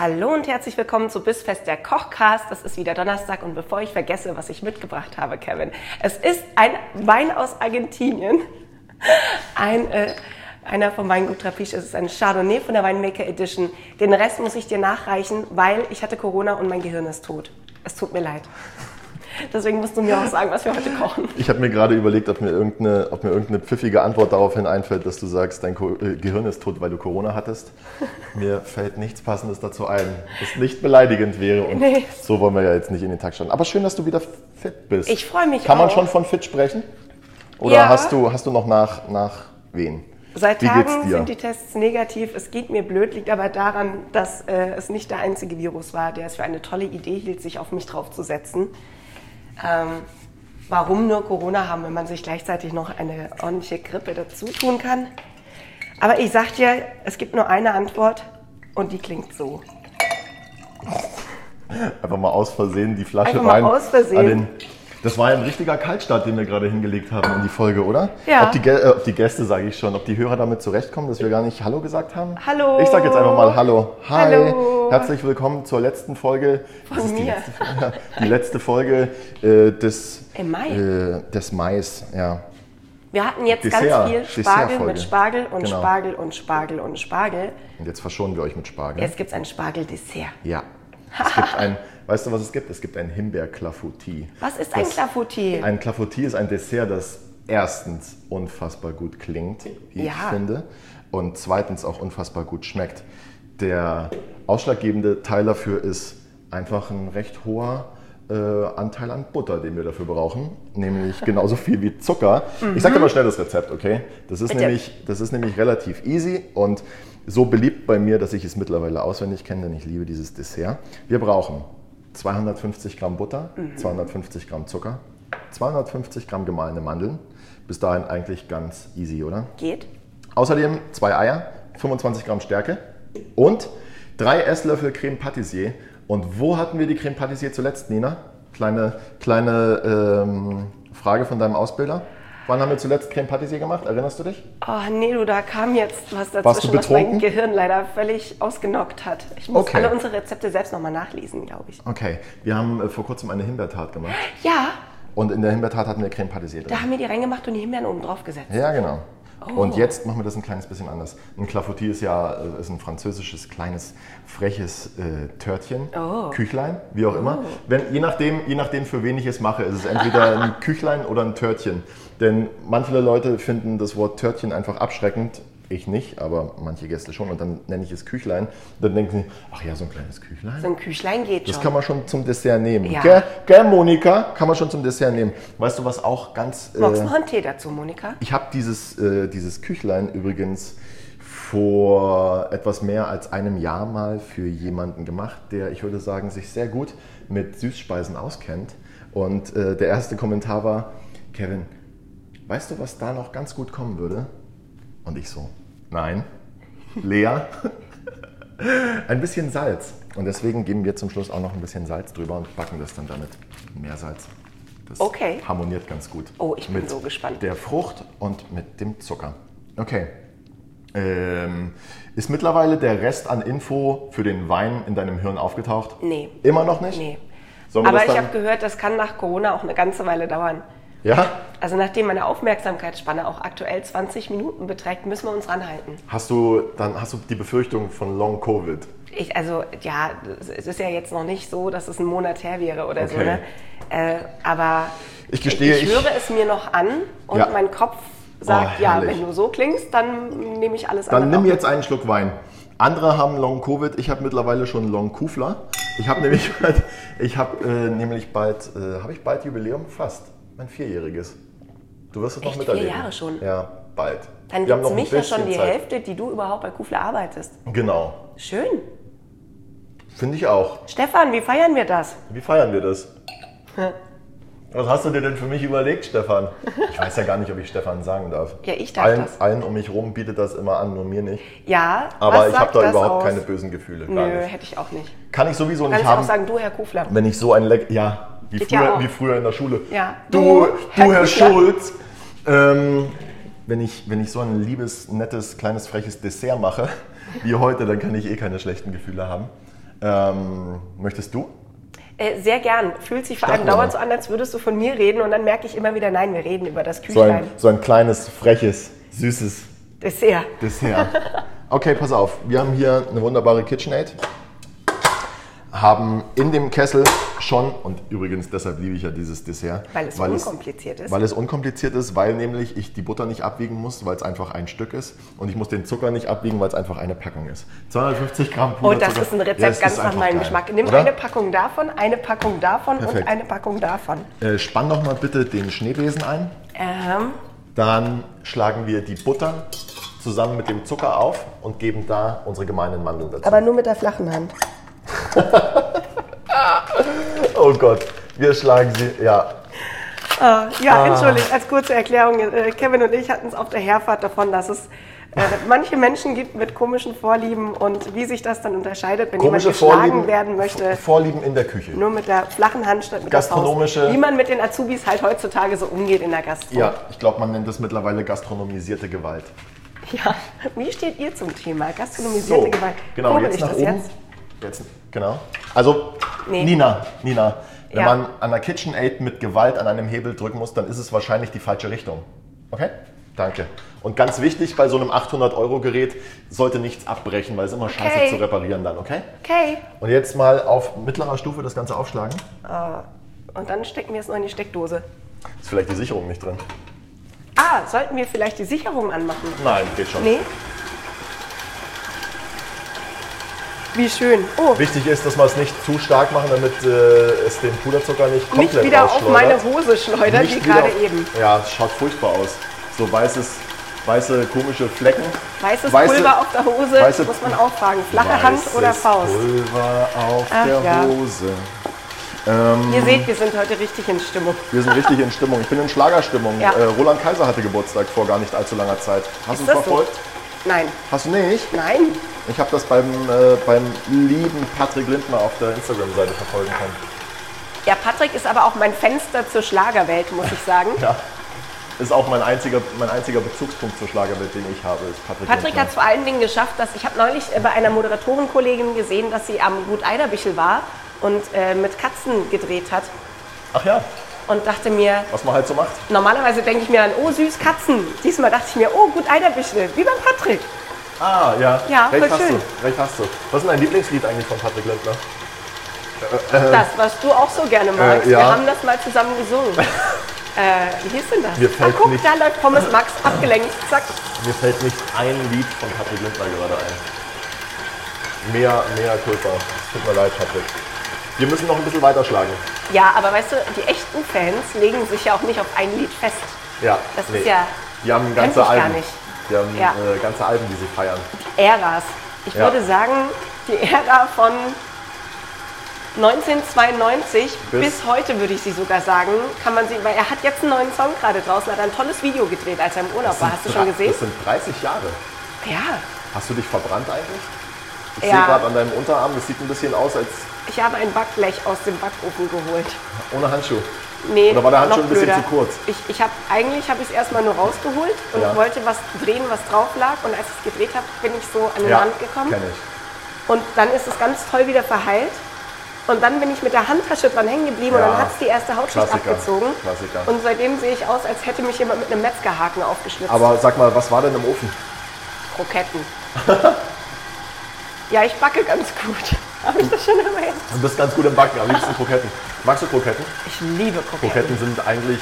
Hallo und herzlich willkommen zu Bissfest der Kochcast. Das ist wieder Donnerstag und bevor ich vergesse, was ich mitgebracht habe, Kevin, es ist ein Wein aus Argentinien. Ein, äh, einer von meinen Gut Rapiche. Es ist ein Chardonnay von der Winemaker Edition. Den Rest muss ich dir nachreichen, weil ich hatte Corona und mein Gehirn ist tot. Es tut mir leid. Deswegen musst du mir auch sagen, was wir heute kochen. Ich habe mir gerade überlegt, ob mir, irgendeine, ob mir irgendeine pfiffige Antwort daraufhin einfällt, dass du sagst, dein Ko äh, Gehirn ist tot, weil du Corona hattest. Mir fällt nichts Passendes dazu ein, das nicht beleidigend wäre. Und Nee. so wollen wir ja jetzt nicht in den Tag starten. Aber schön, dass du wieder fit bist. Ich freu mich Kann man auch. schon von fit sprechen? Oder Ja. hast, du, hast du noch nach, nach wen? Seit Wie Tagen geht's dir? sind die Tests negativ. Es geht mir blöd, liegt aber daran, dass äh, es nicht der einzige Virus war, der es für eine tolle Idee hielt, sich auf mich draufzusetzen. Ähm, warum nur Corona haben, wenn man sich gleichzeitig noch eine ordentliche Grippe dazu tun kann? Aber ich sag dir, es gibt nur eine Antwort und die klingt so. Einfach mal aus Versehen die Flasche Einfach mal rein. aus Versehen. an den- das war ja ein richtiger Kaltstart, den wir gerade hingelegt haben in die Folge, oder? Ja. Ob die, Gä- äh, ob die Gäste, sage ich schon, ob die Hörer damit zurechtkommen, dass wir gar nicht Hallo gesagt haben. Hallo. Ich sage jetzt einfach mal Hallo. Hi. Hallo. Herzlich willkommen zur letzten Folge. das ist die mir. letzte Folge, ja, die letzte Folge äh, des, Im Mai. Äh, des Mais. Ja. Wir hatten jetzt Dessert, ganz viel Spargel Dessertfolge. mit Spargel und Genau. Spargel und Spargel und Spargel. Und jetzt verschonen wir euch mit Spargel. Jetzt gibt's ein Spargeldessert. Ja. Es gibt ein, weißt du, was es gibt? Es gibt ein Himbeer-Clafoutis. Was ist ein Das- Clafoutis? Ein Clafoutis ist ein Dessert, das erstens unfassbar gut klingt, wie ich Ja. finde, und zweitens auch unfassbar gut schmeckt. Der ausschlaggebende Teil dafür ist einfach ein recht hoher äh, Anteil an Butter, den wir dafür brauchen, nämlich genauso viel wie Zucker. Ich sage dir mal schnell das Rezept, okay? Das Mhm. ist, Bitte. nämlich, das ist nämlich relativ easy und so beliebt bei mir, dass ich es mittlerweile auswendig kenne, denn ich liebe dieses Dessert. Wir brauchen 250 Gramm Butter, Mhm. 250 Gramm Zucker, 250 Gramm gemahlene Mandeln. Bis dahin eigentlich ganz easy, oder? Geht? Außerdem zwei Eier, 25 Gramm Stärke und drei Esslöffel Creme Patissier. Und wo hatten wir die Creme Patissier zuletzt, Nina? Kleine, kleine ähm, Frage von deinem Ausbilder. Wann haben wir zuletzt Creme Patissier gemacht? Erinnerst du dich? Oh nee, du, da kam jetzt was dazwischen, Warst du was mein betrunken? Gehirn leider völlig ausgenockt hat. Ich muss Okay. alle unsere Rezepte selbst nochmal nachlesen, glaube ich. Okay, wir haben äh, vor kurzem eine Himbeertat gemacht. Ja, Und in der Himbeertat hatten wir Creme Patissier drin. da haben wir die reingemacht und die Himbeeren oben drauf gesetzt. Ja, genau. Und Oh. jetzt machen wir das ein kleines bisschen anders. Ein Clafoutis ist ja äh, ist ein französisches, kleines, freches äh, Törtchen, Oh. Küchlein, wie auch immer. Wenn, je, nachdem, je nachdem, für wen ich es mache, ist es entweder ein Küchlein oder ein Törtchen. Denn manche Leute finden das Wort Törtchen einfach abschreckend. Ich nicht, aber manche Gäste schon. Und dann nenne ich es Küchlein. Dann denken sie, ach ja, so ein kleines Küchlein. So ein Küchlein geht Das schon. kann man schon zum Dessert nehmen. Ja. Gell, gell, Monika? Kann man schon zum Dessert nehmen. Weißt du, was auch ganz... äh, Magst du noch einen Tee dazu, Monika? ich habe dieses, äh, dieses Küchlein übrigens vor etwas mehr als einem Jahr mal für jemanden gemacht, der, ich würde sagen, sich sehr gut mit Süßspeisen auskennt. Und äh, der erste Kommentar war, Kevin, weißt du, was da noch ganz gut kommen würde? Und ich so, nein. Lea, ein bisschen Salz. Und deswegen geben wir zum Schluss auch noch ein bisschen Salz drüber und backen das dann damit. Mehr Salz. Das Okay. harmoniert ganz gut. Oh, ich bin so gespannt. Der Frucht und mit dem Zucker. Okay. Ähm, ist mittlerweile der Rest an Info für den Wein in deinem Hirn aufgetaucht? Nee. Immer noch nicht? Nee. Sollen wir Aber das ich dann- habe gehört, das kann nach Corona auch eine ganze Weile dauern. Ja? Also nachdem meine Aufmerksamkeitsspanne auch aktuell 20 Minuten beträgt, müssen wir uns ranhalten. Hast du, dann hast du die Befürchtung von Long Covid? Ich, also ja, es ist ja jetzt noch nicht so, dass es ein Monat her wäre oder so, Okay. ne? Äh, aber Ich gestehe, ich, ich- höre es mir noch an und Ja. mein Kopf sagt, Oh, ja, herrlich. wenn du so klingst, dann nehme ich alles Dann andere nimm auf. jetzt einen Schluck Wein. Andere haben Long Covid, ich habe mittlerweile schon Long Kufler. Ich habe nämlich, bald- ich habe äh, nämlich bald, äh, habe ich bald Jubiläum? Fast. Mein vierjähriges. Du wirst es noch Echt? Vier miterleben. Jahre schon? Ja, bald. Dann Wir gibt haben noch es ein mich ja schon bisschen die Zeit. Hälfte, die du überhaupt bei Kufler arbeitest. Genau. Schön. Finde ich auch. Stefan, wie feiern wir das? Wie feiern wir das? Was hast du dir denn für mich überlegt, Stefan? Ich weiß ja gar nicht, ob ich Stefan sagen darf. Ja, ich darf allen, das. Allen um mich rum bietet das immer an, nur mir nicht. Ja, Aber was ich habe sagt da das überhaupt aus? keine bösen Gefühle. Gar Nö, nicht. hätte ich auch nicht. Kann ich sowieso nicht Kannst du auch haben. sagen, du, Herr Kufler. Wenn ich so ein Leck. Ja, wie Geht ja früher, auch. wie früher in der Schule. Ja. Du, du Herr, Kufler. Schulz. Ähm, wenn, ich, wenn ich so ein liebes, nettes, kleines, freches Dessert mache, wie heute, dann kann ich eh keine schlechten Gefühle haben. Ähm, möchtest du? Äh, sehr gern. Fühlt sich vor allem Stark, dauernd so oder? an, als würdest du von mir reden und dann merke ich immer wieder, nein, wir reden über das So ein, Küchlein. so ein kleines, freches, süßes Dessert. Dessert. Okay, pass auf. Wir haben hier eine wunderbare KitchenAid. Haben in dem Kessel schon, und übrigens deshalb liebe ich ja dieses Dessert. Weil es unkompliziert ist. Weil es unkompliziert ist, weil nämlich ich die Butter nicht abwiegen muss, weil es einfach ein Stück ist. Und ich muss den Zucker nicht abwiegen, weil es einfach eine Packung ist. 250 Gramm Oh, Puderzucker. das ist ein Rezept Ja, es ganz ist nach einfach meinem geil, Geschmack. Nimm oder? eine Packung davon, eine Packung davon und Perfekt. eine Packung davon. Äh, spann doch mal bitte den Schneebesen ein. Ähm, Dann schlagen wir die Butter zusammen mit dem Zucker auf und geben da unsere gemeinen Mandeln dazu. aber nur mit der flachen Hand. Oh Gott, wir schlagen sie. Ja, Ah, Ah. Ja, entschuldigt, als kurze Erklärung. äh, Kevin und ich hatten es auf der Herfahrt davon, dass es äh, manche Menschen gibt mit komischen Vorlieben und wie sich das dann unterscheidet, wenn jemand komische geschlagen Vorlieben, werden möchte. Vorlieben in der Küche. Nur mit der flachen Hand statt mit der Gastronomische- Faust. Wie man mit den Azubis halt heutzutage so umgeht in der Gastro. Ja, ich glaube, man nennt das mittlerweile gastronomisierte Gewalt. Ja. Wie steht ihr zum Thema gastronomisierte Gewalt? genau, Kurbel jetzt ich nach das oben. jetzt? Jetzt? genau. Also, Nee. Nina, Nina, wenn Ja. man an der KitchenAid mit Gewalt an einem Hebel drücken muss, dann ist es wahrscheinlich die falsche Richtung. Okay? Danke. Und ganz wichtig, bei so einem 800-Euro-Gerät sollte nichts abbrechen, weil es immer Okay. scheiße zu reparieren dann, okay? Okay. Und jetzt mal auf mittlerer Stufe das Ganze aufschlagen. Und dann stecken wir es noch in die Steckdose. Ist vielleicht die Sicherung nicht drin. Ah, sollten wir vielleicht die Sicherung anmachen? Nein, geht schon. Nee? Wie schön. Oh, Wichtig ist, dass wir es nicht zu stark machen, damit äh, es den Puderzucker nicht komplett nicht wieder auf meine rausschleudert. Hose schleudern, Nicht wie wieder gerade auf- eben. Ja, es schaut furchtbar aus. So weißes, weiße komische Flecken. Weißes Weiße- Pulver auf der Hose, weiße- muss man auch fragen. Flache Hand Weißes oder Faust? Pulver auf Ach der ja. Hose. Ihr seht, wir sind heute richtig in Stimmung. Wir sind richtig in Stimmung. Ich bin in Schlagerstimmung. Ja. Äh, Roland Kaiser hatte Geburtstag vor gar nicht allzu langer Zeit. Hast du das so? verfolgt? Nein, Hast du nicht? nein. Ich habe das beim, äh, beim lieben Patrick Lindner auf der Instagram-Seite verfolgen können. Ja, Patrick ist aber auch mein Fenster zur Schlagerwelt, muss ich sagen. Ja. Ist auch mein einziger, mein einziger Bezugspunkt zur Schlagerwelt, den ich habe, ist Patrick. Patrick Lindner. hat es vor allen Dingen geschafft, dass ich habe neulich äh, bei einer Moderatorenkollegin gesehen, dass sie am Gut Eiderbichel war und äh, mit Katzen gedreht hat Ach ja, und dachte mir, was man halt so macht. normalerweise denke ich mir dann, oh süß Katzen. Diesmal dachte ich mir, oh Gut Eiderbichel, wie beim Patrick. Ah, ja. Ja, recht voll hast schön. du. Recht hast du. Was ist denn dein Lieblingslied eigentlich von Patrick Lindner? Das, was du auch so gerne magst. Äh, ja. Wir haben das mal zusammen gesungen. äh, wie hieß denn das? Mir ah, fällt guck, nicht- da läuft Pommes Max abgelenkt. Zack. Mir fällt nicht ein Lied von Patrick Lindner gerade ein. Mehr, mehr Kulpa. Es Tut mir leid, Patrick. Wir müssen noch ein bisschen weiterschlagen. Ja, aber weißt du, die echten Fans legen sich ja auch nicht auf ein Lied fest. Ja. Das ist ja- Die haben Kennt ganze ich gar Alben. nicht. Die haben Ja. äh, ganze Alben, die sie feiern. Äras. Ich Ja. würde sagen, die Ära von 1992 bis, Bis- heute würde ich sie sogar sagen, kann man sie, weil er hat jetzt einen neuen Song gerade draußen, hat ein tolles Video gedreht, als er im Urlaub war. Hast du schon gesehen? Das sind 30 Jahre. Ja. Hast du dich verbrannt eigentlich? Ich Ja. sehe gerade an deinem Unterarm, das sieht ein bisschen aus als Ich habe ein Backblech aus dem Backofen geholt. ohne Handschuh. Nee, Oder war der Hand noch schon ein bisschen blöder. zu kurz? Ich, ich hab, eigentlich habe ich es erstmal nur rausgeholt und Ja. wollte was drehen, was drauf lag. Und als ich es gedreht habe, bin ich so an den Rand gekommen. kenn ich. Und dann ist es ganz toll wieder verheilt. Und dann bin ich mit der Handtasche dran hängen geblieben Ja. und dann hat es die erste Hautschicht Klassiker. abgezogen. Klassiker. Und seitdem sehe ich aus, als hätte mich jemand mit einem Metzgerhaken aufgeschlitzt. Aber sag mal, was war denn im Ofen? Kroketten. ja, ich backe ganz gut. Habe ich das schon erwähnt? Du bist ganz gut im Backen, am liebsten Kroketten. Magst du Kroketten? Ich liebe Kroketten. Kroketten sind eigentlich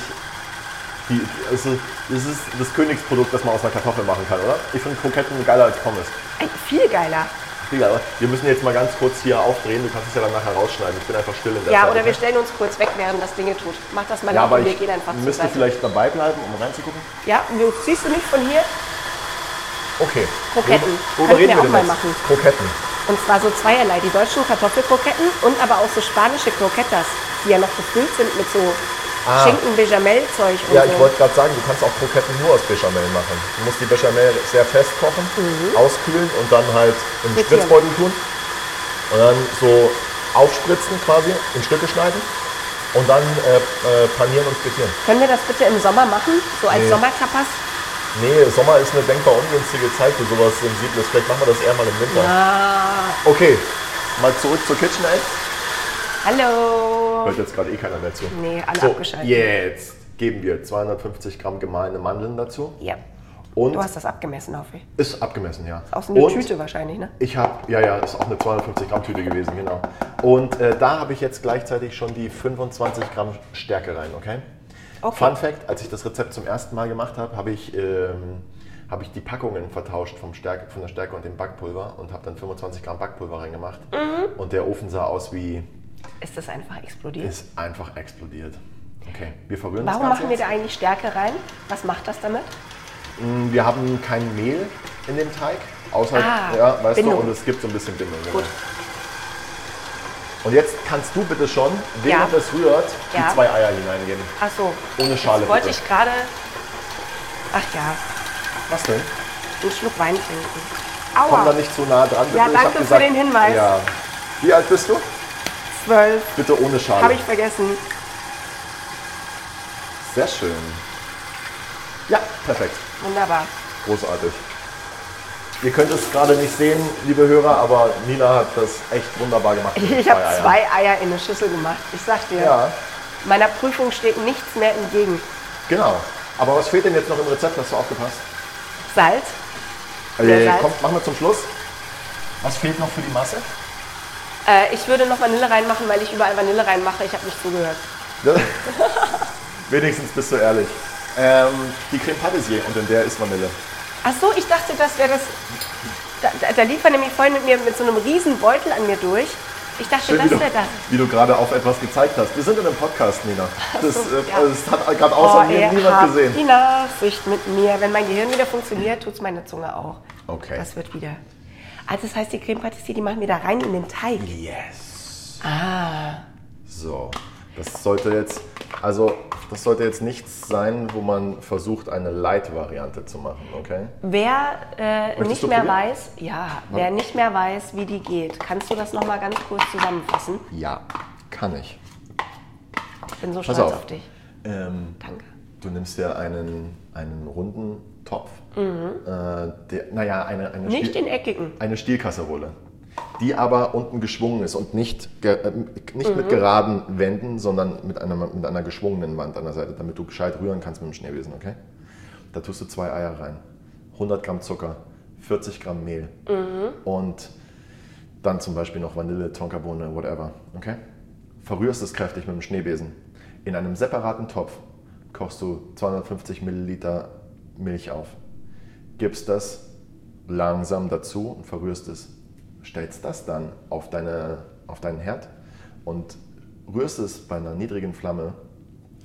die, also, das ist das Königsprodukt, das man aus einer Kartoffel machen kann, oder? Ich finde Kroketten geiler als Pommes. Ey, Viel geiler. Egal, aber wir müssen jetzt mal ganz kurz hier aufdrehen, du kannst es ja dann nachher rausschneiden. Ich bin einfach still in der Ja, Zeit. oder wir okay? stellen uns kurz weg, während das Dinge tut. Mach das mal ja, nach aber und wir ich gehen einfach zur müsste Seite. vielleicht dabei bleiben, um reinzugucken. Ja, du siehst du mich von hier? Okay. Kroketten. Worüber Könnten reden wir wir auch denn mal jetzt? machen. Kroketten. Und zwar so zweierlei, die deutschen Kartoffelkroketten und aber auch so spanische Croquetas, die ja noch gefüllt sind mit so Ah. Schinken-Bechamel-Zeug und Ja, so. ich wollte gerade sagen, du kannst auch Kroketten nur aus Bechamel machen. Du musst die Bechamel sehr fest kochen, auskühlen und dann halt Mhm. in den Frittieren. Spritzbeutel tun. Und dann so aufspritzen quasi, in Stücke schneiden und dann äh, äh, panieren und frittieren. Können wir das bitte im Sommer machen? So als Nee. Sommertapas? Nee, Sommer ist eine denkbar ungünstige Zeit für sowas Sensibles. Vielleicht machen wir das eher mal im Winter. Ah, Okay, mal zurück zur KitchenAid. hallo. Hört jetzt gerade eh keiner mehr zu. Nee, alle so, abgeschaltet. jetzt geben wir 250 Gramm gemahlene Mandeln dazu. Ja. Und Du hast das abgemessen, hoffe ich. ist abgemessen, ja. Aus einer und Tüte wahrscheinlich, ne? Ich habe, ja, ja, ist auch eine 250 Gramm Tüte gewesen, genau. Und äh, da habe ich jetzt gleichzeitig schon die 25 Gramm Stärke rein, okay? Okay. Fun Fact, als ich das Rezept zum ersten Mal gemacht habe, habe ich, ähm, habe ich die Packungen vertauscht vom Stärke, von der Stärke und dem Backpulver und habe dann 25 Gramm Backpulver reingemacht. Mhm. Und der Ofen sah aus wie, Ist das einfach explodiert? ist einfach explodiert. Okay, wir verrühren Warum das Ganze machen wir da eigentlich Stärke rein? Was macht das damit? jetzt. Wir haben kein Mehl in dem Teig, außer, Ah, ja, weißt Bindung. du, und es gibt so ein bisschen Bindung. Genau. Gut. Und jetzt kannst du bitte schon, während Ja. es rührt, Ja. die zwei Eier hineingeben. Ach so. Ohne Schale, Das wollte bitte. ich gerade. Ach ja, Was denn? einen Schluck Wein trinken. Komm da Aua, nicht zu nah dran. Bitte. Ja, Ich danke hab für den Hinweis. Ja. Wie alt bist du? zwölf. Bitte ohne Schale. Habe ich vergessen. Sehr schön. Ja, perfekt. Wunderbar. Großartig. Ihr könnt es gerade nicht sehen, liebe Hörer, aber Nina hat das echt wunderbar gemacht. mit den Ich habe Eiern. zwei Eier in eine Schüssel gemacht. Ich sag dir, Oh, Ja, meiner Prüfung steht nichts mehr entgegen. genau. Aber was fehlt denn jetzt noch im Rezept? Hast du aufgepasst? Salz, Mehr Äh, Salz. komm, machen wir zum Schluss. Was fehlt noch für die Masse? Äh, ich würde noch Vanille reinmachen, weil ich überall Vanille reinmache. Ich habe nicht zugehört. Wenigstens bist du ehrlich. Ähm, die Creme Patissier und in der ist Vanille. Ach so, ich dachte, das wäre das. Da, da, da lief er nämlich vorhin mit mir mit so einem riesen Beutel an mir durch. Ich dachte, Schön, wie, das du, wäre das. wie du gerade auf etwas gezeigt hast. Wir sind in einem Podcast, Nina. Das, so, äh, ja. das hat gerade außer mir ihr niemand habt Oh, Die gesehen. Nachsicht mit mir. Wenn mein Gehirn wieder funktioniert, tut es meine Zunge auch. Okay. Das wird wieder. Ah, das heißt, die Creme Patissier, die machen wir da rein in den Teig. Yes. Ah. So, das sollte jetzt, also das sollte jetzt nichts sein, wo man versucht, eine Light-Variante zu machen, okay? Wer äh, Möchtest nicht du mehr probieren? weiß, ja, wer nicht mehr weiß, wie die geht, kannst du das nochmal ganz kurz zusammenfassen? Ja, kann ich. Ich bin so Pass stolz auf, auf. dich. Ähm, Danke. Du nimmst dir einen, einen runden Topf. Äh, der, naja, eine, eine, Mhm. Nicht Stiel- den eckigen. eine Stielkasserole, die aber unten geschwungen ist und nicht, ge äh, nicht Mhm. mit geraden Wänden, sondern mit einer, mit einer geschwungenen Wand an der Seite, damit du gescheit rühren kannst mit dem Schneebesen, okay? Da tust du zwei Eier rein, 100 Gramm Zucker, 40 Gramm Mehl Mhm. und dann zum Beispiel noch Vanille, Tonkabohne, whatever, okay? Verrührst es kräftig mit dem Schneebesen. In einem separaten Topf kochst du 250 Milliliter Milch auf, gibst das langsam dazu und verrührst es. Stellst das dann auf, deine, auf deinen Herd und rührst es bei einer niedrigen Flamme.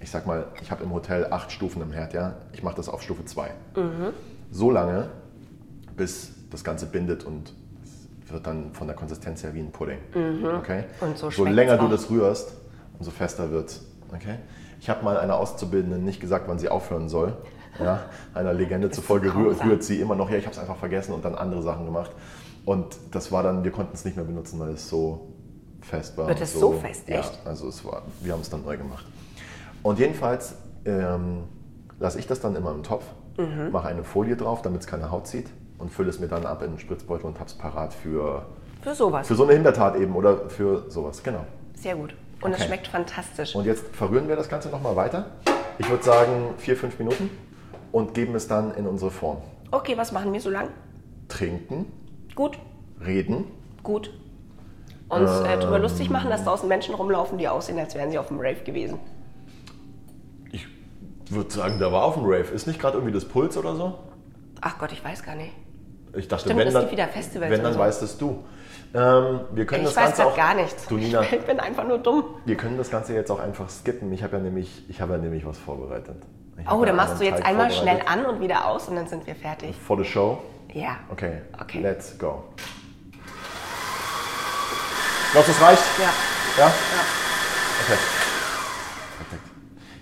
Ich sag mal, ich habe im Hotel acht Stufen im Herd, ja. Ich mache das auf Stufe 2. So lange, bis das Ganze bindet und es wird dann von der Konsistenz her wie ein Pudding. Okay? Mhm. Und so so schmeckt's länger du auch. das rührst, umso fester wird's. Okay? Ich habe mal einer Auszubildenden nicht gesagt, wann sie aufhören soll. Ja? Einer Legende zufolge rühr- grausam. rührt sie immer noch. Ja, ich habe es einfach vergessen und dann andere Sachen gemacht. Und das war dann, wir konnten es nicht mehr benutzen, weil es so fest war. Wird und es so fest, ja, echt? Also es war, wir haben es dann neu gemacht. Und jedenfalls ähm, lasse ich das dann immer im Topf, Mhm. mache eine Folie drauf, damit es keine Haut zieht und fülle es mir dann ab in den Spritzbeutel und habe es parat für, Für sowas. für so eine Hintertat eben oder für sowas, genau. Sehr gut. Und es Okay. schmeckt fantastisch. Und jetzt verrühren wir das Ganze nochmal weiter. Ich würde sagen vier, fünf Minuten und geben es dann in unsere Form. Okay, was machen wir so lang? Trinken, Gut, reden, gut. Uns äh, Ähm. drüber lustig machen, dass draußen Menschen rumlaufen, die aussehen, als wären sie auf dem Rave gewesen. Ich würde sagen, da war auf dem Rave. Ist nicht gerade irgendwie das Puls oder so? Ach Gott, ich weiß gar nicht. Ich dachte, Stimmt, wenn es dann, gibt wieder Festivals wenn oder dann so. weißt es du. Ähm, wir können Ich das weiß Ganze grad auch, gar nichts. Du Nina, Ich bin einfach nur dumm. wir können das Ganze jetzt auch einfach skippen. Ich habe ja nämlich, ich habe ja nämlich was vorbereitet. Ich hab Oh, ja dann machst einen du jetzt Teig einmal schnell vorbereitet. an und wieder aus und dann sind wir fertig. For the show. Ja. Okay. Okay. Let's go. Glaubst du, es reicht? Ja. Ja? Okay. Perfekt.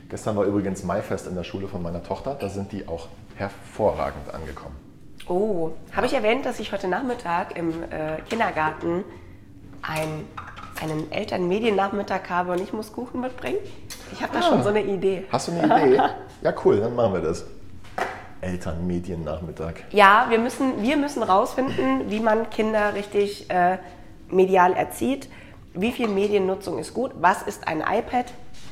Gestern war übrigens Maifest in der Schule von meiner Tochter. Da sind die auch hervorragend angekommen. Oh, habe ich erwähnt, dass ich heute Nachmittag im äh, Kindergarten ein, einen Elternmediennachmittag habe und ich muss Kuchen mitbringen? Ich habe da schon so eine Idee. Hast du eine Idee? ja, cool, dann machen wir das. Elternmediennachmittag. Ja, wir müssen, wir müssen rausfinden, wie man Kinder richtig äh, medial erzieht. Wie viel Mediennutzung ist gut? Was ist ein iPad?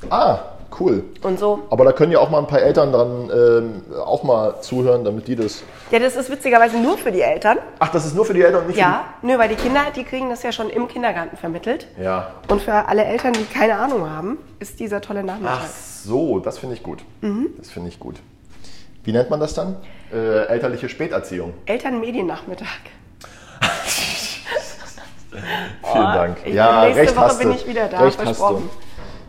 Ah, cool. Und so. Aber da können ja auch mal ein paar Eltern dann ähm, auch mal zuhören, damit die das. Ja, das ist witzigerweise nur für die Eltern. Ach, das ist nur für die Eltern und nicht Ja, nö, weil die Kinder, die kriegen das ja schon im Kindergarten vermittelt. für die. Ja. Und für alle Eltern, die keine Ahnung haben, ist dieser tolle Nachmittag. Ach so, das finde ich gut. Mhm. Das finde ich gut. Wie nennt man das dann? Äh, elterliche Späterziehung. Elternmediennachmittag. Vielen Dank. Oh, ich bin- nächste Woche bin ich wieder da, Recht hast du. versprochen.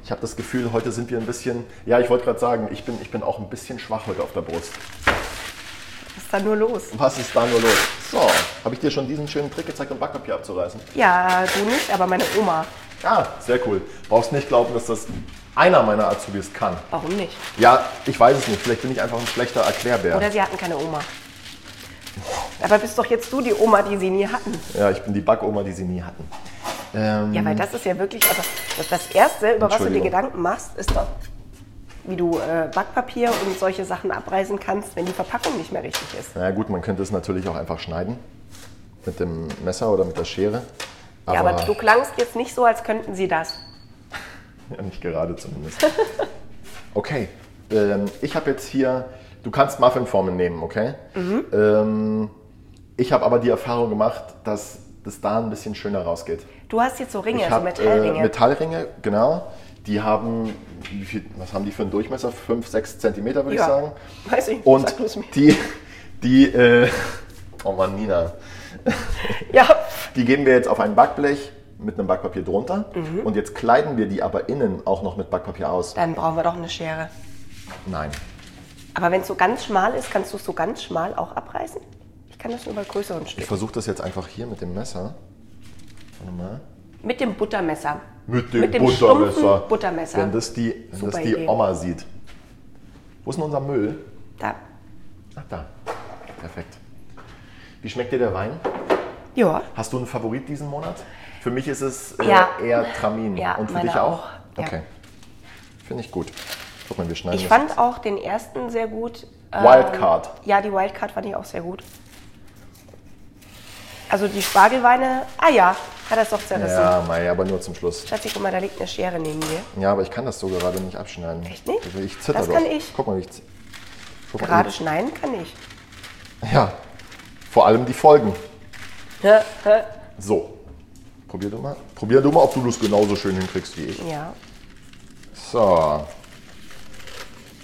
Ich habe das Gefühl, heute sind wir ein bisschen. Ja, ich wollte gerade sagen, ich bin, ich bin auch ein bisschen schwach heute auf der Brust. Was ist da nur los? Was ist da nur los? So, habe ich dir schon diesen schönen Trick gezeigt, um Backpapier abzureißen? Ja, du nicht, aber meine Oma. Ja, sehr cool. Brauchst nicht glauben, dass das einer meiner Azubis kann. Warum nicht? Ja, ich weiß es nicht. Vielleicht bin ich einfach ein schlechter Oder Erklärbär. sie hatten keine Oma. Aber bist doch jetzt du die Oma, die sie nie hatten. Ja, ich bin die Backoma, die sie nie hatten. Ähm, Ja, weil das ist ja wirklich, also das- das Erste, über was du dir Entschuldigung. Gedanken machst, ist doch, wie du äh, Backpapier und solche Sachen abreißen kannst, wenn die Verpackung nicht mehr richtig ist. Na ja, gut, man könnte es natürlich auch einfach schneiden. Mit dem Messer oder mit der Schere. Aber, ja, aber du klangst jetzt nicht so, als könnten sie das. Ja, nicht gerade zumindest. Okay, ähm, ich habe jetzt hier, du kannst Muffinformen nehmen, okay? Mhm. Ähm, ich habe aber die Erfahrung gemacht, dass das da ein bisschen schöner rausgeht. Du hast jetzt so Ringe, Ich so hab, Metallringe. Äh, Metallringe, genau. Die haben, wie viel, was haben die für einen Durchmesser? 5, 6 Zentimeter würde Ja. ich sagen. Weiß ich, Und sag du's mir. die, die, äh, oh Mann, Nina, ja, die geben wir jetzt auf ein Backblech mit einem Backpapier drunter. Mhm. Und jetzt kleiden wir die aber innen auch noch mit Backpapier aus. dann brauchen wir doch eine Schere. Nein. Aber wenn es so ganz schmal ist, kannst du es so ganz schmal auch abreißen? Ich kann das nur bei größeren Ich Stücken. versuche das jetzt einfach hier mit dem Messer. Warte mal. Mit dem Buttermesser. Mit dem Mit dem Buttermesser. stumpfen Buttermesser. Wenn das die, wenn das Super die Idee. Oma sieht. Wo ist denn unser Müll? Da. Ach, da. Perfekt. Wie schmeckt dir der Wein? Ja. Hast du einen Favorit diesen Monat? Für mich ist es äh, Ja. eher Tramin. Ja, Und für meiner dich auch? auch. Ja. Okay. Finde ich gut. Guck mal, wir schneiden Ich das. fand auch den ersten sehr gut. ähm, Wildcard. Ja, die Wildcard fand ich auch sehr gut. Also die Spargelweine, ah ja, hat das doch zerrissen. Ja, Mai, aber nur zum Schluss. Schatzi, guck mal, da liegt eine Schere neben mir. Ja, aber ich kann das so gerade nicht abschneiden. Echt nicht? Also ich zitter Das doch. kann ich. Guck mal, wie ich z- Guck mal, Gerade ich- schneiden kann ich. Ja. Vor allem die Folgen. Hä, hä. So. Probier du mal. Probier du mal, ob du das genauso schön hinkriegst wie ich. ja, So.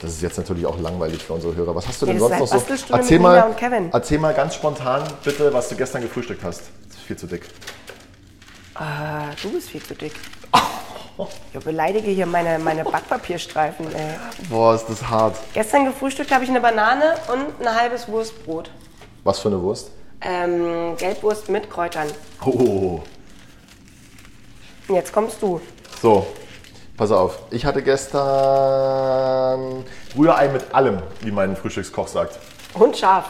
Das ist jetzt natürlich auch langweilig für unsere Hörer. Was hast du Nee, denn das sonst noch ist so? eine Bastelstunde mit mal, Nina und Kevin. erzähl mal ganz spontan bitte, was du gestern gefrühstückt hast. Das ist viel zu dick. Ah, du bist viel zu dick. Ich beleidige hier meine, meine Backpapierstreifen, ey. Boah, ist das hart. Gestern gefrühstückt habe ich eine Banane und ein halbes Wurstbrot. Was für eine Wurst? Ähm, Gelbwurst mit Kräutern. Oh. Und Jetzt kommst du. So. Pass auf. Ich hatte gestern Rührei mit allem, wie mein Frühstückskoch sagt. Und scharf.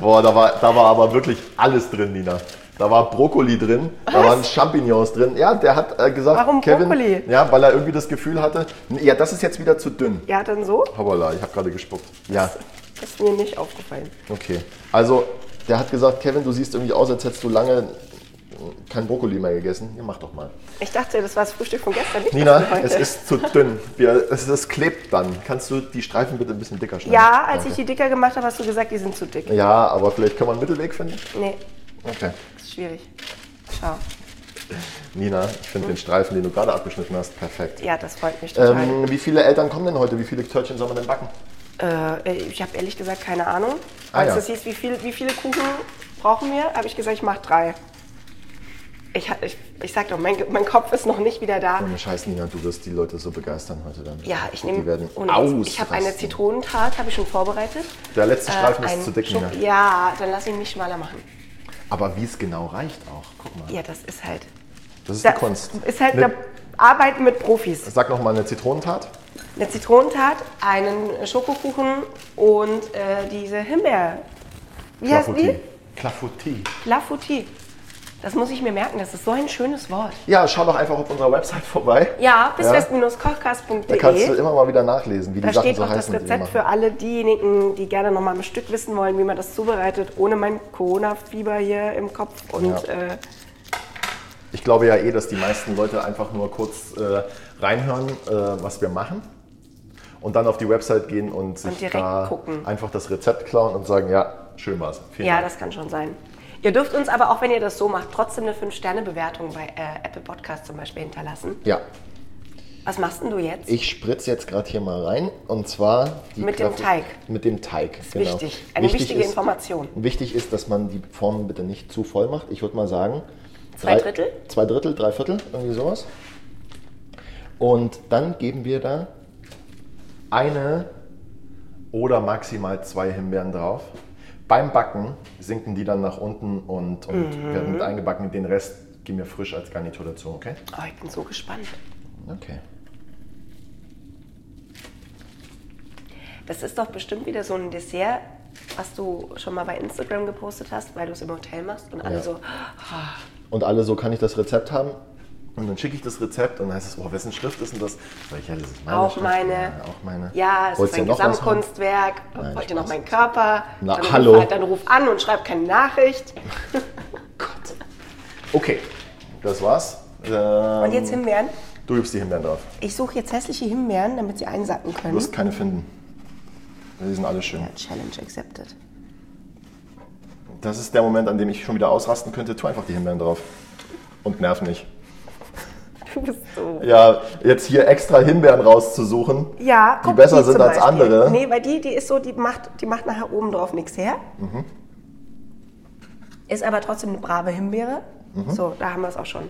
Boah, da war, da war aber wirklich alles drin, Nina. Da war Brokkoli drin, da waren Champignons drin. Ja, der hat äh, gesagt, Warum Kevin, Brokkoli? Ja, weil er irgendwie das Gefühl hatte, n- ja, das ist jetzt wieder zu dünn. Ja, dann so? Hoppala, ich habe gerade gespuckt. Ja, Das ist mir nicht aufgefallen. okay. Also, der hat gesagt, Kevin, du siehst irgendwie aus, als hättest du lange äh, kein Brokkoli mehr gegessen. Ja, mach doch mal. Ich dachte, das war das Frühstück von gestern. Nicht das von Nina, heute. es ist zu dünn. Wir, es, es klebt dann. Kannst du die Streifen bitte ein bisschen dicker schneiden? Ja, als Danke. ich die dicker gemacht habe, hast du gesagt, die sind zu dick. Ja, aber vielleicht kann man einen Mittelweg finden. Nee, Okay. ist schwierig. Schau. Nina, ich finde den Streifen, den du gerade abgeschnitten hast, perfekt. Ja, das freut mich total. Ähm, wie viele Eltern kommen denn heute? Wie viele Törtchen soll man denn backen? Äh, ich habe ehrlich gesagt keine Ahnung. Ah, Als ja. es hieß, wie, viel, wie viele Kuchen brauchen wir, habe ich gesagt, ich mache drei. Ich, ha- ich, ich sag doch, mein, mein Kopf ist noch nicht wieder da. Ohne Scheiß, Nina, du wirst die Leute so begeistern heute dann. Ja, ich Die nehme. werden ohne Witz, Ich habe eine ausrasten. Zitronentat, habe ich schon vorbereitet. Äh, Der letzte Streifen ein ist zu dick, Schub- Nina. Ja, dann lass ihn mich schmaler machen. Aber wie es genau reicht auch. Guck mal. Ja, das ist halt. Das ist Da die Kunst. Ist halt Eine- da Arbeiten mit Profis. Sag nochmal eine Zitronentat. Eine Zitronentat, einen Schokokuchen und äh, diese Himbeer. Wie heißt die? Clafoutis. Lafouti. Das muss ich mir merken, das ist so ein schönes Wort. Ja, schau doch einfach auf unserer Website vorbei. Ja, Da kannst du bisfest-kochkast.de. immer mal wieder nachlesen, wie die eh- Da Sachen steht so auch das heißen. die wir Rezept machen. für alle diejenigen, die gerne noch mal ein Stück wissen wollen, wie man das zubereitet, ohne mein Corona-Fieber hier im Kopf. Und Ja. äh, Ich glaube ja eh, dass die meisten Leute einfach nur kurz äh, reinhören, äh, was wir machen. Und dann auf die Website gehen und sich direkt da gucken. einfach das Rezept klauen und sagen, ja, schön war's. Vielen ja, Dank. das kann schon sein. Ihr dürft uns aber auch, wenn ihr das so macht, trotzdem eine 5-Sterne-Bewertung bei äh, Apple Podcast zum Beispiel hinterlassen. Ja, Was machst denn du jetzt? ich spritze jetzt gerade hier mal rein und zwar die Mit dem Klappe- Teig. Mit dem Teig. Ist wichtig. Eine wichtige Information. Wichtig ist, dass man die Formen bitte nicht zu voll macht. Ich würde mal sagen Zwei Drittel? zwei Drittel, drei Viertel, irgendwie sowas. Und dann geben wir da eine oder maximal zwei Himbeeren drauf. Beim Backen sinken die dann nach unten und, und Mhm. werden mit eingebacken. Den Rest geben wir frisch als Garnitur dazu, okay? Oh, ich bin so gespannt. Okay. Das ist doch bestimmt wieder so ein Dessert, was du schon mal bei Instagram gepostet hast, weil du es im Hotel machst und alle Ja. so, und alle so, kann ich das Rezept haben? Und dann schicke ich das Rezept und dann heißt es, boah, wessen Schrift ist denn das? Sag ich, ja, das ist meine auch Schrift. meine, Ja, auch meine. ja, es ist Wolltest du ein noch was haben? Gesamtkunstwerk, Nein, heute noch Spaß. mein Körper, Na, dann, hallo. Ähm. Ruf, dann ruf an und schreib keine Nachricht. Okay, das war's. Ähm, Und jetzt Himbeeren. Du gibst die Himbeeren drauf. Ich suche jetzt hässliche Himbeeren, damit sie einsacken Du können. wirst keine finden. Die sind alle schön. Ja, Challenge accepted. Das ist der Moment, an dem ich schon wieder ausrasten könnte. Tu einfach die Himbeeren drauf. Und nerv nicht. Du bist so. Ja, jetzt hier extra Himbeeren rauszusuchen, Ja, die guck, besser zum sind als Beispiel. andere. Nee, weil die, die ist so, die macht, die macht nachher oben drauf nichts her. Mhm. Ist aber trotzdem eine brave Himbeere. So, da haben wir es auch schon. Mhm.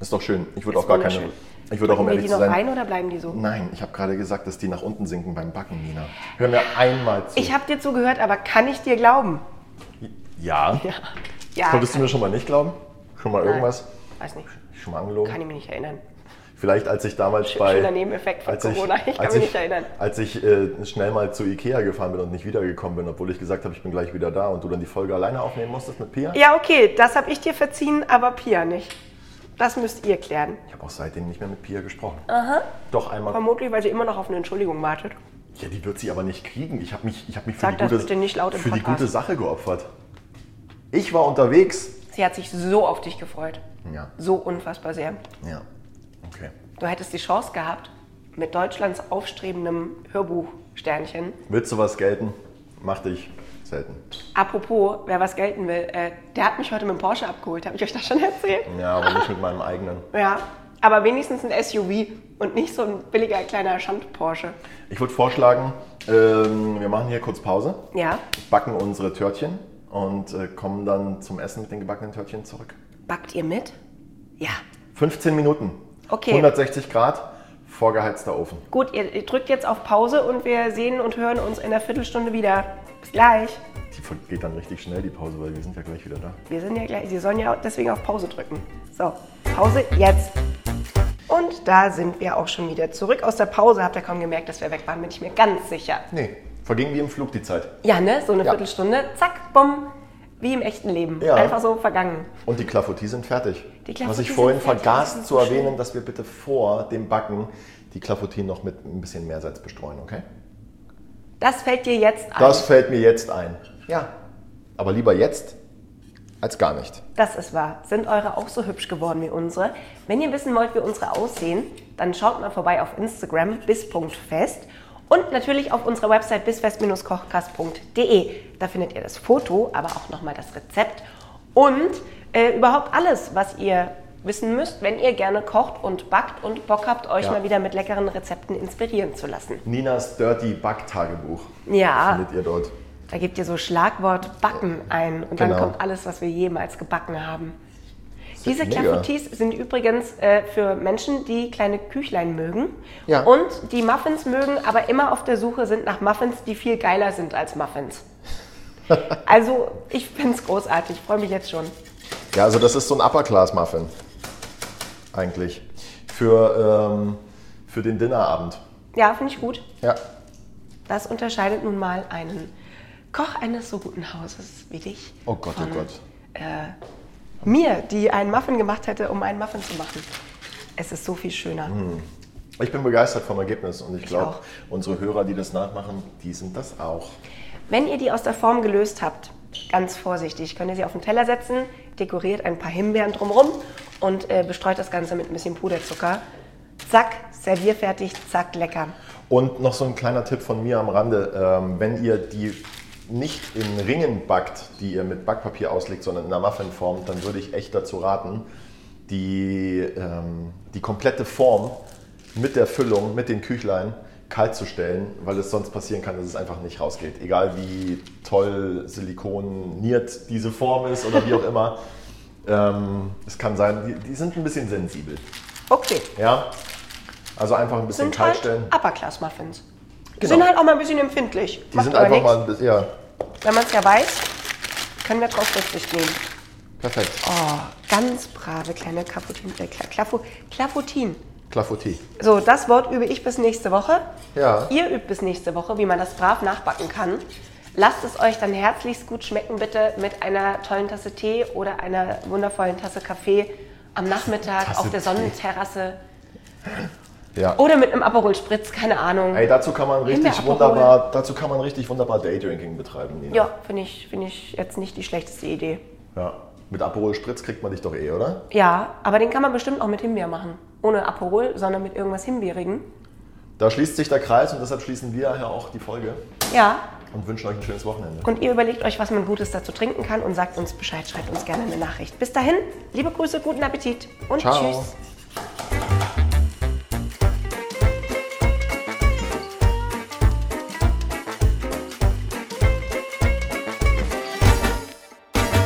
Ist doch schön. Ich würde Ist auch gar keine. wunderschön. Ich würde auch um Packen wir ehrlich die zu noch sein. Mhm. rein oder bleiben die so? Nein, ich habe gerade gesagt, dass die nach unten sinken beim Backen, Nina. Hör mir einmal zu. Ich habe dir zugehört, aber kann ich dir glauben? ja. Ja. Konntest du kann- mir schon mal nicht glauben? Schon mal irgendwas? Weiß nicht. Schon mal angelogen? Kann ich mich nicht erinnern. Vielleicht als ich damals Sch- bei. schöner Nebeneffekt von Corona, ich kann als mich nicht erinnern. Als ich äh, schnell mal zu Ikea gefahren bin und nicht wiedergekommen bin, obwohl ich gesagt habe, ich bin gleich wieder da und du dann die Folge alleine aufnehmen musstest mit Pia. Ja, okay, das habe ich dir verziehen, aber Pia nicht. Das müsst ihr klären. Ich habe auch seitdem nicht mehr mit Pia gesprochen. Aha. Doch einmal. Vermutlich, weil sie immer noch auf eine Entschuldigung wartet. Ja, die wird sie aber nicht kriegen. Ich habe mich, ich hab mich für, Sag die, das gute, bitte nicht laut im für die Podcast. gute Sache geopfert. Ich war unterwegs. Sie hat sich so auf dich gefreut. Ja. So unfassbar sehr. Ja. Okay. Du hättest die Chance gehabt, mit Deutschlands aufstrebendem Hörbuchsternchen. Willst du was gelten? Mach dich selten. Apropos, wer was gelten will, äh, der hat mich heute mit dem Porsche abgeholt. Habe ich euch das schon erzählt? Ja, aber nicht mit meinem eigenen. Ja, aber wenigstens ein SUV und nicht so ein billiger kleiner Schand-Porsche. Ich würde vorschlagen, ähm, wir machen hier kurz Pause, Ja, backen unsere Törtchen und äh, kommen dann zum Essen mit den gebackenen Törtchen zurück. backt ihr mit? Ja. 15 Minuten. Okay. 160 Grad, vorgeheizter Ofen. Gut, ihr, ihr drückt jetzt auf Pause und wir sehen und hören uns in einer Viertelstunde wieder. Bis gleich. Die geht dann richtig schnell, die Pause, weil wir sind ja gleich wieder da. Wir sind ja gleich, Sie sollen ja deswegen auf Pause drücken. So, Pause jetzt. Und da sind wir auch schon wieder zurück aus der Pause. Habt ihr kaum gemerkt, dass wir weg waren, bin ich mir ganz sicher. Nee, verging wie im Flug die Zeit. Ja, ne? So eine Ja. Viertelstunde, zack, bumm. Wie im echten Leben. Ja. Einfach so vergangen. Und die Clafoutis sind fertig. Die Clafoutis Was ich sind vorhin fertig, vergaß das ist zu so erwähnen, schön. dass wir bitte vor dem Backen die Clafoutis noch mit ein bisschen Meersalz bestreuen, okay? Das fällt dir jetzt ein. Das fällt mir jetzt ein. Ja. Aber lieber jetzt als gar nicht. Das ist wahr. Sind eure auch so hübsch geworden wie unsere? Wenn ihr wissen wollt, wie unsere aussehen, dann schaut mal vorbei auf Instagram bis.fest und natürlich auf unserer Website bisfest-kochkast.de. Da findet ihr das Foto, aber auch nochmal das Rezept und äh, überhaupt alles, was ihr wissen müsst, wenn ihr gerne kocht und backt und Bock habt, euch Ja. mal wieder mit leckeren Rezepten inspirieren zu lassen. Ninas Dirty Backtagebuch Ja, findet ihr dort. da gebt ihr so Schlagwort Backen ein und dann Genau. kommt alles, was wir jemals gebacken haben. Ist Diese mega. Clafoutis sind übrigens äh, für Menschen, die kleine Küchlein mögen Ja. und die Muffins mögen, aber immer auf der Suche sind nach Muffins, die viel geiler sind als Muffins. Also, ich finde es großartig. Ich freue mich jetzt schon. Ja, also das ist so ein Upper Class Muffin. Eigentlich. Für, ähm, für den Dinnerabend. Ja, finde ich gut. Ja. Das unterscheidet nun mal einen Koch eines so guten Hauses wie dich. Oh Gott, von, oh Gott. Äh, mir, die einen Muffin gemacht hätte, um einen Muffin zu machen. Es ist so viel schöner. Mm. Ich bin begeistert vom Ergebnis und ich glaube, auch. unsere Hörer, die das nachmachen, die sind das auch. Wenn ihr die aus der Form gelöst habt, ganz vorsichtig, könnt ihr sie auf den Teller setzen, dekoriert ein paar Himbeeren drumherum und äh, bestreut das Ganze mit ein bisschen Puderzucker. Zack, servierfertig, zack, lecker. Und noch so ein kleiner Tipp von mir am Rande. Ähm, wenn ihr die nicht in Ringen backt, die ihr mit Backpapier auslegt, sondern in einer Muffin formt, dann würde ich echt dazu raten, die, ähm, die komplette Form mit der Füllung, mit den Küchlein kalt zu stellen, weil es sonst passieren kann, dass es einfach nicht rausgeht. Egal wie toll silikoniert diese Form ist oder wie auch immer. Ähm, es kann sein, die, die sind ein bisschen sensibel. Okay, Ja? Also einfach ein bisschen sind kalt halt stellen. Upper Class Muffins. Genau. Sind halt auch mal ein bisschen empfindlich. Die Macht sind aber einfach nichts. mal ein bisschen. Ja, Wenn man es ja weiß, können wir drauf Rücksicht nehmen. perfekt. Ganz brave kleine Kaputin, äh, Kla- Klafu, Klafutin. Clafoutis. So, das Wort übe ich bis nächste Woche. Ja. Ihr übt bis nächste Woche, wie man das brav nachbacken kann. Lasst es euch dann herzlichst gut schmecken, bitte mit einer tollen Tasse Tee oder einer wundervollen Tasse Kaffee am Nachmittag Tasse auf der Tee. Sonnenterrasse Ja. oder mit einem Aperol Spritz, keine Ahnung. Ey, dazu kann man richtig Himbeeraperol. wunderbar, dazu kann man richtig wunderbar Daydrinking betreiben, Nina. Ja, finde ich, find ich jetzt nicht die schlechteste Idee. ja. Mit Aperol Spritz kriegt man dich doch eh, oder? Ja, aber den kann man bestimmt auch mit Himbeer machen. Ohne Aperol, sondern mit irgendwas Himbeerigen. Da schließt sich der Kreis und deshalb schließen wir ja auch die Folge Ja, und wünschen euch ein schönes Wochenende. Und ihr überlegt euch, was man Gutes dazu trinken kann und sagt uns Bescheid, schreibt uns gerne eine Nachricht. Bis dahin, liebe Grüße, guten Appetit und Ciao. tschüss.